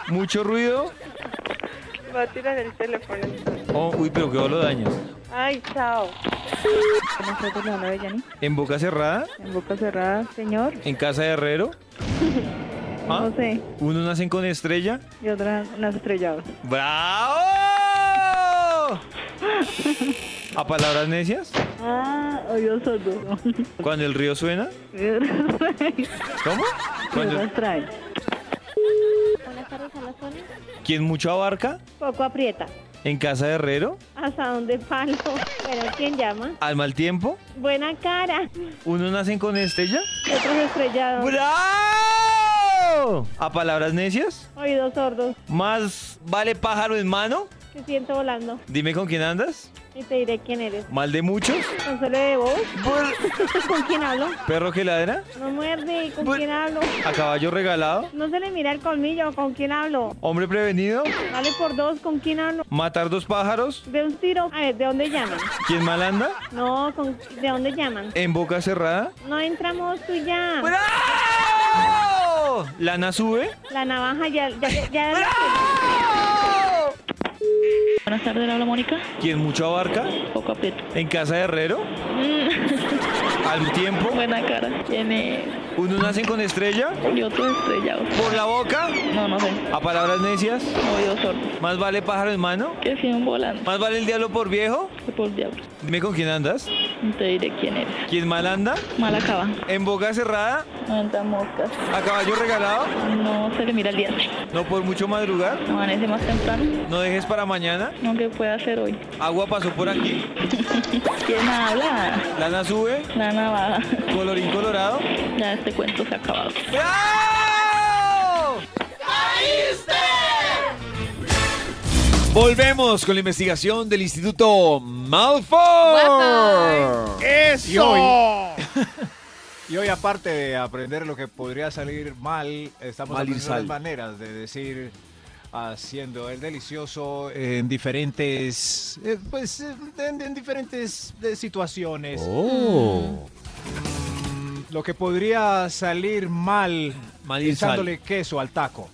Mucho ruido. Va a tirar el teléfono. Oh, uy, pero quedó lo dañas. Ay, chao. Buenas tardes, Leona Bellani. En boca cerrada, En boca cerrada, señor. en casa de Herrero. ¿Ah? No sé. Unos nacen con estrella. Y otras unas estrelladas. ¡Bravo! A palabras necias, Ah, oído sordo. cuando el río suena. ¿Cómo? Cuando trae? Buenas tardes, a la zona. quien mucho abarca, Poco aprieta. en casa de Herrero, ¿Hasta dónde palo? Pero ¿quién llama? al mal tiempo, Buena cara. unos nacen con estrella. Otros estrellados. ¡Bravo! A palabras necias, Oídos sordos. más vale pájaro en mano. Te siento volando. Dime con quién andas, Y te diré quién eres. mal de muchos, Consuelo de voz. ¿Con quién hablo? perro que ladra, No muerde. Pues- ¿Con quién hablo? a caballo regalado. No se le mira el colmillo. ¿Con quién hablo? Hombre prevenido, Vale por dos. ¿Con quién hablo? matar dos pájaros, De un tiro. A ver, ¿de dónde llaman? quien mal anda, No, con- ¿de dónde llaman? en boca cerrada, No entramos tú ya. ¡Bravo! lana sube, La navaja ya... ya, ya- ya- Buenas tardes, habla Mónica. ¿Quién mucho abarca? Poco aprieto. Mm. ¿En casa de Herrero? ¿Al tiempo? Buena cara. ¿Quién es? ¿Unos nacen con estrella? Yo todo estrellado. ¿Por la boca? No, no sé. ¿A palabras necias? Oído sordo. ¿Más vale pájaro en mano? Que si un volante. ¿Más vale el diablo por viejo? Que por diablo. Dime con quién andas. No te diré quién eres. ¿Quién mal anda? Mal acaba. ¿En boca cerrada? Manta moscas. ¿A caballo regalado? No se le mira el diente. ¿No por mucho madrugar? Amanece más temprano. ¿No dejes para mañana? No que pueda hacer hoy. ¿Agua pasó por aquí? ¿Quién habla? ¿Lana sube? La navaja. ¿Colorín colorado? Ya este cuento se ha acabado. Volvemos con la investigación del Instituto Malfoy. Y hoy, y hoy, aparte de aprender lo que podría salir mal, estamos Mal ir aprendiendo sal. las maneras de decir haciendo el delicioso en diferentes eh, pues eh, en, en diferentes eh, situaciones Oh. Mm, lo que podría salir mal, Mal ir sal. echándole queso al taco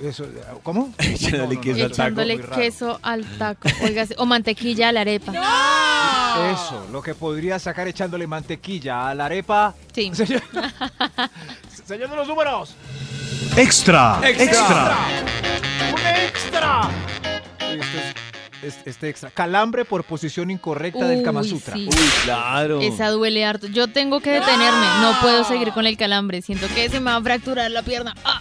Eso, ¿Cómo? Echándole queso al Pues taco. Echándole muy raro. queso al taco. Oiga, sí, o mantequilla a la arepa. Eso, lo que podría sacar echándole mantequilla a la arepa. Sí. Señor, señor de los números. Extra. Un extra. Uy, esto es- es- Este extra. Calambre por posición incorrecta del Kama Uy, Sutra. sí. Uy, claro. Esa duele harto. Yo tengo que detenerme. No puedo seguir con el calambre. Siento que se me va a fracturar la pierna. Ah,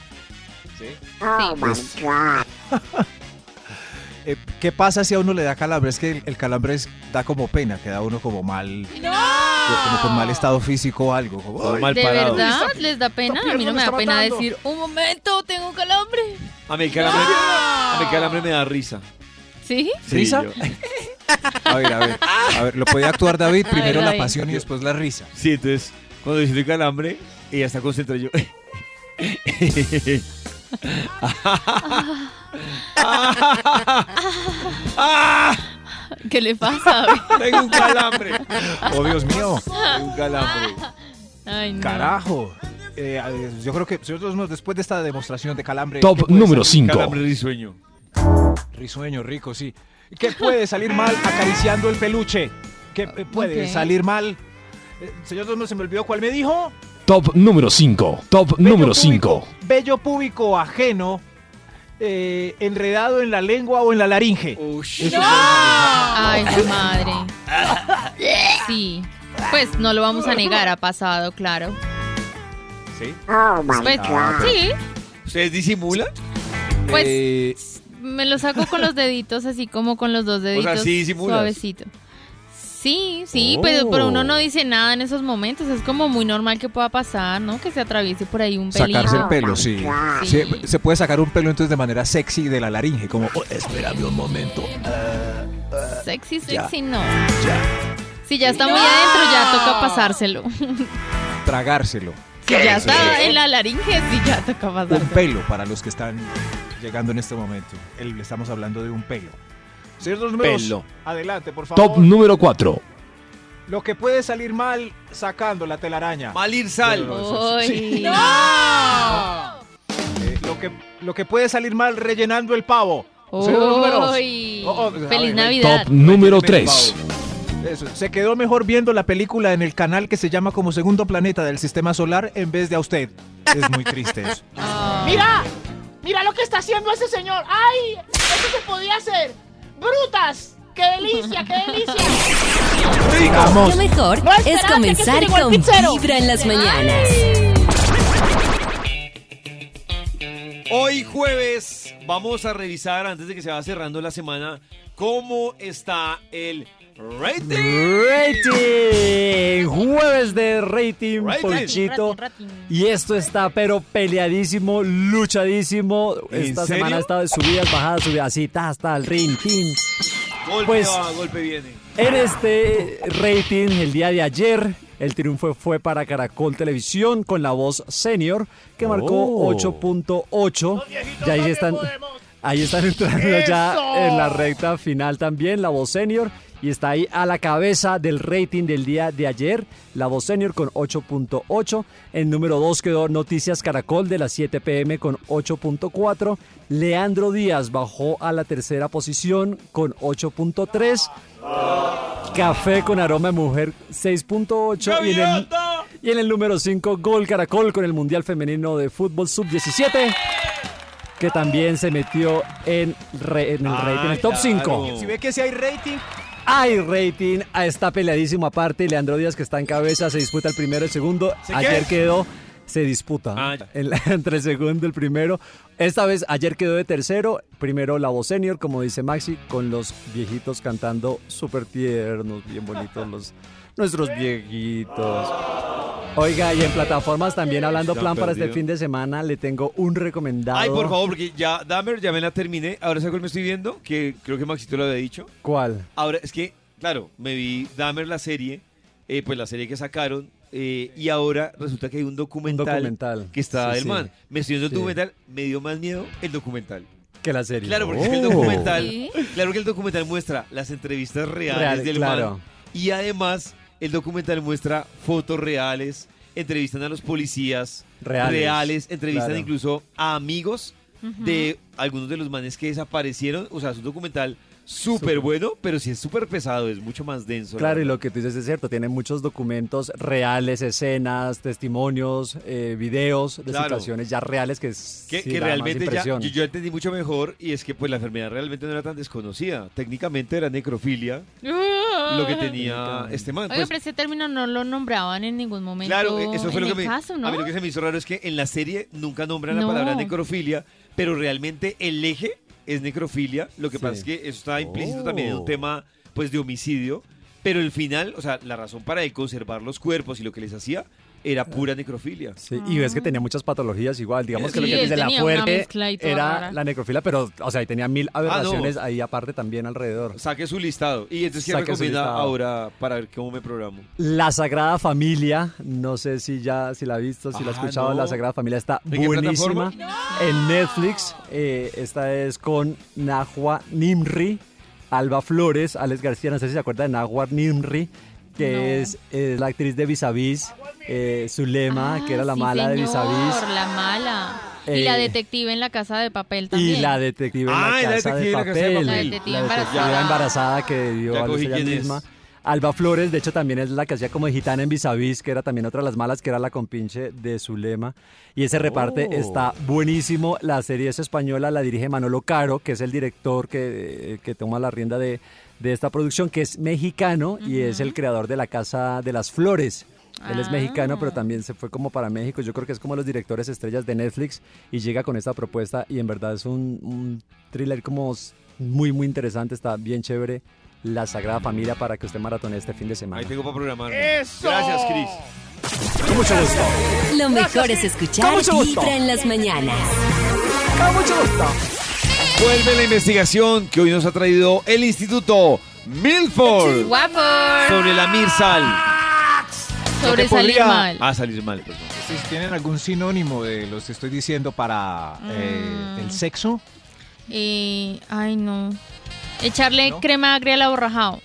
Eh, ¿Qué pasa si a uno le da calambre? Es que el, el calambre es- da como pena, que da uno como mal. Como con mal estado físico o algo. como, Todo "Ay, mal ¿De parado. verdad les da pena? A mí no me da pena decir, un momento, tengo un calambre. A mí el calambre, a mí el calambre me da risa. ¿Sí? Sí, ¿Risa? yo- A ver, a ver, a ver, lo podía actuar David, A primero ver, la David. pasión y después la risa. Sí, entonces, cuando yo estoy calambre, ella está concentrada yo. ¡Ah! ¿Qué le pasa? Tengo un calambre. Oh, Dios mío, Tengo un calambre. Ay, no. carajo. Eh, a ver, yo creo que nosotros nos- después de esta demostración de calambre. ¿qué Top puede número salir? 5. Calambre risueño. Risueño, rico, sí. ¿Qué puede salir mal acariciando el peluche? ¿Qué eh, puede Ok. salir mal? Eh, señor, no se me olvidó cuál me dijo. Top número 5. Top Vello número púbico- 5. Vello púbico ajeno, eh, enredado en la lengua o en la laringe. Ay, mi madre. Sí. Pues no lo vamos a negar, ha pasado, claro. ¿Sí? Pues, God. sí, ¿Ustedes disimulan? Pues- Eh, me lo saco con los deditos, así como con los dos deditos. sí disimulas. suavecito. Sí, sí, pues, Oh. pero, pero uno no dice nada en esos momentos. Es como muy normal que pueda pasar, ¿no? Que se atraviese por ahí un pelito. Sacarse el pelo, sí. Sí. Se, se puede sacar un pelo entonces de manera sexy de la laringe, como, "Oh, espérame un momento. Ah, Sexy, sexy, no. Si ya está muy adentro, ya toca pasárselo. Tragárselo. Si ya está en la laringe, sí, ya toca Un pasárselo. pelo para los que están llegando en este momento. El- le estamos hablando de un pelo. Señor dos números, Pelo. adelante, por favor. Top número 4. Lo que puede salir mal sacando la telaraña. Mal ir sal. Uy. Eh, lo, que, lo que puede salir mal rellenando el pavo. Señor dos números. Uy. Oh, oh, a Feliz ver, Navidad. Top número 3. Eso, Se quedó mejor viendo la película en el canal que se llama como Segundo Planeta del Sistema Solar en vez de a usted. Es muy triste eso. Ah. Mira, mira lo que está haciendo ese señor. ¡Ay! Eso se podía hacer. ¡Brutas! ¡Qué delicia, qué delicia! Vamos. Lo mejor No, espérate, es comenzar que se llegó el con pizzero. Vibra en las mañanas. Hoy jueves vamos a revisar, antes de que se va cerrando la semana, cómo está el rating. Rating. Jueves de rating, Rating. Polchito. Ratín, ratín. Y esto está pero peleadísimo, luchadísimo. ¿En Esta serio? semana ha estado de subidas, bajadas, subidas, así, hasta el ring, tin. Golpe Pues- va, golpe viene. En este rating, el día de ayer, el triunfo fue para Caracol Televisión con la voz senior, que marcó Oh. 8.8. Ya ahí están. Ahí están entrando ya en la recta final también la voz senior y está ahí a la cabeza del rating del día de ayer, la voz senior con 8.8, en número 2 quedó Noticias Caracol de las 7 pm con 8.4, Leandro Díaz bajó a la tercera posición con 8.3. Café con aroma de mujer 6.8 y, en el- y en el número 5 Gol Caracol con el Mundial Femenino de Fútbol Sub 17 que también se metió en, re- en el, rating, en el top 5. Si ve que si hay rating, Hay rating, ah, está peleadísimo aparte. Leandro Díaz que está en cabeza, se disputa el primero, el segundo. ¿Se Ayer qué? quedó, se disputa Ah, en la- entre el segundo y el primero. Esta vez ayer quedó de tercero, primero la voz senior, como dice Maxi, con los viejitos cantando súper tiernos, bien bonitos los nuestros viejitos. Oiga, y en plataformas también hablando Ya plan para este perdido. fin de semana, le tengo un recomendado. Ay, por favor, porque ya, Dahmer, ya me la terminé. Ahora sé cuál me estoy viendo, que creo que Maxito lo había dicho. ¿Cuál? Ahora, es que, claro, me vi Dahmer la serie, eh, pues la serie que sacaron, eh, y ahora resulta que hay un documental, documental, que está sí, del sí. man. Me estoy viendo el Sí. documental, me dio más miedo el documental. Que la serie. Claro, porque es que el Oh. documental, ¿Sí? claro que el documental muestra las entrevistas reales Real, del claro. man, y además el documental muestra fotos reales, entrevistan a los policías Reales, entrevistan claro. incluso a amigos de algunos de los manes que desaparecieron. O sea, es un documental súper Súper. bueno, pero sí es súper pesado, es mucho más denso. la Claro, y verdad. lo que tú dices es cierto, tiene muchos documentos reales, escenas, testimonios, eh, videos de Claro. situaciones ya reales que, es- Que, sí que da más realmente ya, yo, impresión. yo entendí mucho mejor y es que pues la enfermedad realmente no era tan desconocida. Técnicamente era necrofilia lo que tenía este man. Oiga, Pues, pero ese término no lo nombraban en ningún momento. Claro, eh, eso fue en lo que el me, caso, ¿no? a mí lo que se me hizo raro es que en la serie nunca nombran No. la palabra necrofilia, pero realmente el eje es necrofilia. Lo que Sí. pasa es que eso está implícito Oh. también en un tema pues de homicidio, pero el final, o sea, la razón para de conservar los cuerpos y lo que les hacía era pura necrofilia. Ah. Sí, y ves que tenía muchas patologías igual, digamos Sí, que lo él que dice la tenía una fuerte mezcla y toda rara. era la necrofila, pero o sea, ahí tenía mil aberraciones Ah, no. ahí aparte también alrededor. Saque su listado. Y entonces, ¿qué Saque su recomienda listado. ahora para ver cómo me programo? La Sagrada Familia, no sé si ya si la ha visto, si la ha Ah, escuchado, no. La Sagrada Familia está ¿En qué buenísima. plataforma? En Netflix, eh, esta es con Najwa Nimri, Alba Flores, Alex García, no sé si se acuerda de Najwa Nimri, que No. es, es la actriz de Vis a Vis, eh, Zulema, que era la Ah, Sí, mala de Vis a señor, Vis. la mala. Y la Eh, detective en la casa de papel Y también. la detective en Ah, y la la casa detective en de la casa de papel. papel. La detective detective embarazada. embarazada que Ya dio a luz cogí ella quién es. misma. Alba Flores, de hecho, también es la que hacía como de gitana en Vis a Vis, que era también otra de las malas, que era la compinche de Zulema. Y ese reparte Oh. está buenísimo. La serie es española, la dirige Manolo Caro, que es el director que, eh, que toma la rienda de, de esta producción, que es mexicano y es el creador de La Casa de las Flores. Él Ah. es mexicano, pero también se fue como para México. Yo creo que es como los directores estrellas de Netflix y llega con esta propuesta y en verdad es un, un thriller como s- muy, muy interesante. Está bien chévere. La Sagrada Familia para que usted maratone este fin de semana. Ahí tengo para programar. Gracias, Cris. Con mucho gusto. Lo mejor es Con escuchar mucho gusto. Vibra en las mañanas. Vuelve la investigación que hoy nos ha traído el Instituto Milford Guapo. sobre la Mirsal. Sobre salir mal. Ah, salir mal, perdón. si tienen algún sinónimo de los que estoy diciendo para eh, Mm. el sexo, Eh, ay, no. Echarle crema agria al aborrajado.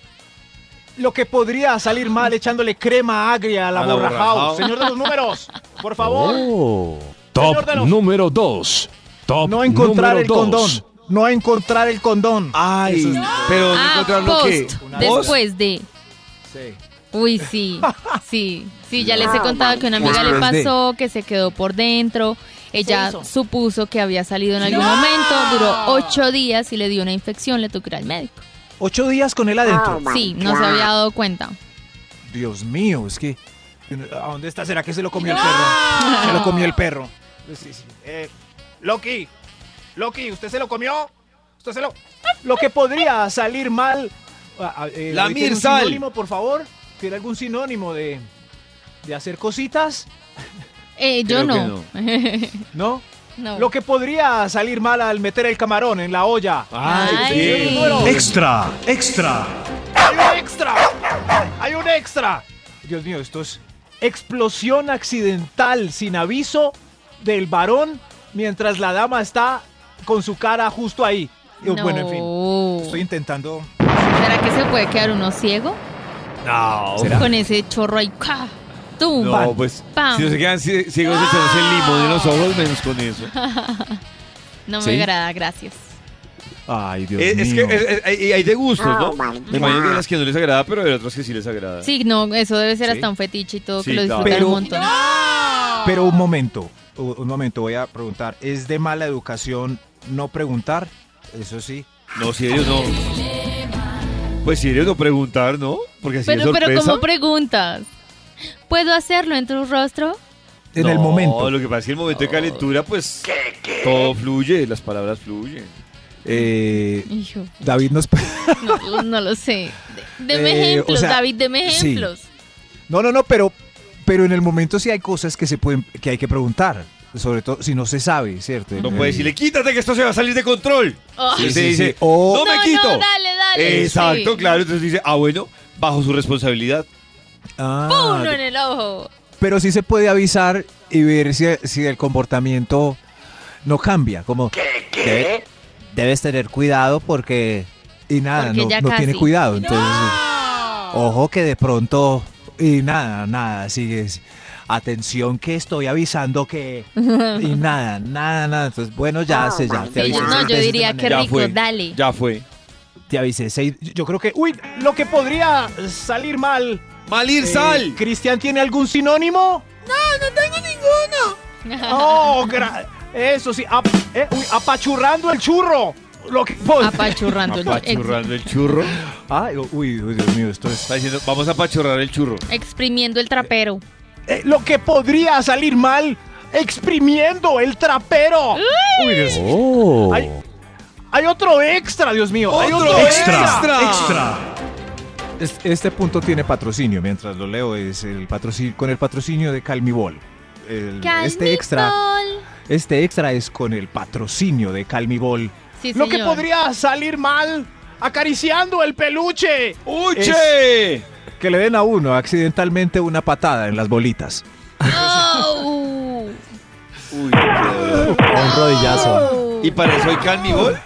lo que podría salir mal echándole crema agria a la A la borrajao. borrajao. Señor de los números, por favor. Top número 2. Top No encontrar Oh, número el dos. condón. No encontrar el condón. Ay, pero ah, post. Después de. Sí. Uy, sí. Sí. Sí, ya les he Oh contado my que una amiga God. le pasó, que se quedó por dentro. Ella hizo. supuso que había salido en algún No. momento, duró ocho días y le dio una infección, le tuvo que ir al médico. Ocho días con él adentro. sí, no se había dado cuenta. Dios mío, es que. ¿A dónde está? ¿Será que se lo comió el perro? Se lo comió el perro. Sí, sí. Eh, Loki, Loki, ¿usted se lo comió? ¿Usted se lo.? Lo que podría salir mal. ah, ah, eh, La ¿tiene un Mirsal. sinónimo, por favor? ¿Tiene algún sinónimo de, de hacer cositas? Eh, yo Creo que no. ¿No? No. Lo que podría salir mal al meter el camarón en la olla. Ay, Señor número- Extra, extra. ¡Hay un extra! ¡Hay un extra! Dios mío, esto es explosión accidental sin aviso del varón mientras la dama está con su cara justo ahí. Y, No. Bueno, en fin. Estoy intentando. ¿Será que se puede quedar uno ciego? No. Con ese chorro ahí. ¡ca! ¡Tum! No, ¡Pam! pues ¡Pam! si no se quedan cie- ciegos echándose el limón en los ojos, menos con eso. no me ¿Sí? agrada, gracias. Ay, Dios Eh, es, es que mío. es- es- hay, hay de gustos, ¿no? Oh, my Me imagino que God. hay las que no les agrada, pero hay otras que sí les agrada. Sí, no, eso debe ser ¿Sí? hasta un fetiche y todo, Sí, que lo claro. Pero- disfrutan un montón. Pero un momento, u- un momento, voy a preguntar. ¿Es de mala educación no preguntar? Eso sí. No, si ellos no. Pues si ellos no preguntar, ¿no? Porque así es Pero, sorpresa. pero ¿cómo preguntas? ¿Puedo hacerlo en tu rostro? En No, el momento. lo que pasa es que en el momento de calentura, pues todo fluye, las palabras fluyen. Eh, Hijo, David nos... pre- no, no lo sé. De- Deme Eh, o ejemplos, sea, David, deme sí. ejemplos. No, no, no, pero, pero en el momento sí hay cosas que, se pueden, que hay que preguntar. Sobre todo si no se sabe, ¿cierto? Eh, No puede decirle, quítate que esto se va a salir de control. Oh. Y él Sí, se sí, dice, sí. O- no me No, no, quito. dale, dale, Exacto, sí. claro. Entonces dice, ah, bueno, bajo su responsabilidad. Ah, Uno en el ojo. pero sí se puede avisar y ver si, si el comportamiento no cambia. Como, "Debe- debes tener cuidado porque... Y nada, Porque no, ya no tiene casi. cuidado. Entonces, ojo que de pronto... Y nada, nada, sigues. Atención que estoy avisando que... Y nada, nada, nada. Entonces, bueno, ya se ya te avisé. seis Ah, No, yo veces de diría manera- que Ya rico, fue, dale. Ya fue. Te avisé seis... Yo creo que, uy, lo que podría salir mal. Mal ir sal. Eh, Cristian, ¿tiene algún sinónimo? no tengo ninguno. Oh, gra- eso sí. ap- eh, uy, apachurrando el churro. Lo que pod- Apachurrando el Apachurrando el churro. Ay, uy, uy, Dios mío, esto es... Está diciendo, vamos a apachurrar el churro. Exprimiendo el trapero. eh, lo que podría salir mal exprimiendo el trapero. Uy, Dios. Hay, hay otro extra, Dios mío. hay Otro otro extra, Es- Este punto tiene patrocinio, mientras lo leo, es el patrocinio, con el patrocinio de Calmibol. El- este extra, este extra es con el patrocinio de Calmibol. Sí, Lo que señor. podría salir mal acariciando el peluche. ¡Uche! Que le den a uno accidentalmente una patada en las bolitas. Oh. Uy, qué dolor. Un rodillazo. Y para eso hay Calmibol. Ah,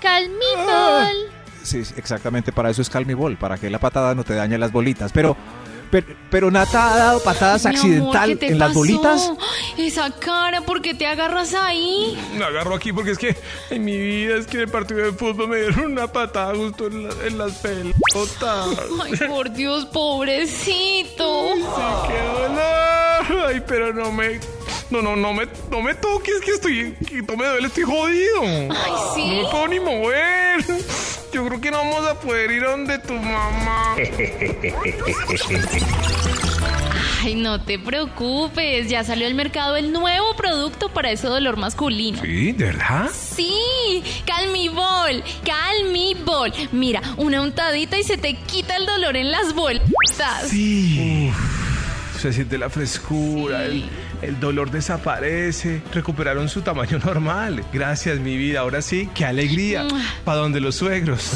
Calmito. Sí, sí, exactamente para eso es Calmibol, para que la patada no te dañe las bolitas. Pero, pero, pero Nata ha dado patadas Mi amor, accidental ¿qué te en las pasó? bolitas. Ay, Esa cara, ¿por qué te agarras ahí? Me agarro aquí porque es que en mi vida es que en el partido de fútbol me dieron una patada justo en, la- en las pelotas. Ay, por Dios, pobrecito. ¡Qué dolor! Ay, pero no me. No, no, no me, no me toques, que estoy. Que no me duele, estoy jodido. Ay, sí. No me puedo ni mover. Yo creo que no vamos a poder ir a donde tu mamá. Ay, no te preocupes, ya salió al mercado el nuevo producto para ese dolor masculino. ¿Sí? ¿De verdad? Sí, Calmibol, Calmibol. Mira, una untadita y se te quita el dolor en las bolitas. Sí. Se siente la frescura, el, el dolor desaparece. Recuperaron su tamaño normal. Gracias, mi vida. Ahora sí, qué alegría. Para donde los suegros.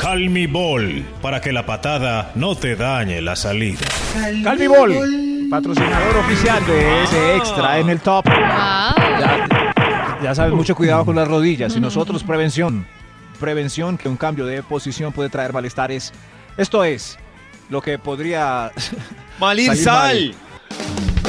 Calmibol, para que la patada no te dañe la salida. Calmibol, patrocinador oficial de ese extra en el top. Ah. Ya sabes, mucho cuidado con las rodillas. Mm. Y nosotros, prevención. Prevención que un cambio de posición puede traer malestares. Esto es lo que podría. Mal ir salir sal.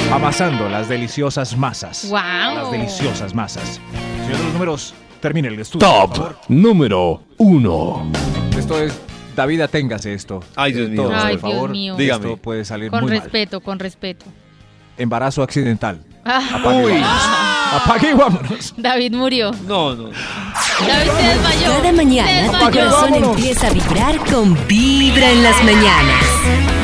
mal. Amasando las deliciosas masas. Guau. Las deliciosas masas. Señor de los números, termine el estudio. por Top favor. número uno. Esto es. David, aténgase esto. Ay, Dios Eh, mío. todos, Ay, por Dios favor. mío. Esto Dígame. puede salir Con muy mal. respeto, con respeto. Embarazo accidental. Ah, Apague y Uy. vámonos. Apague y vámonos. David murió. No, no. David se desmayó. Cada Se mañana tu desmayó. corazón empieza a vibrar con Vibra en las mañanas.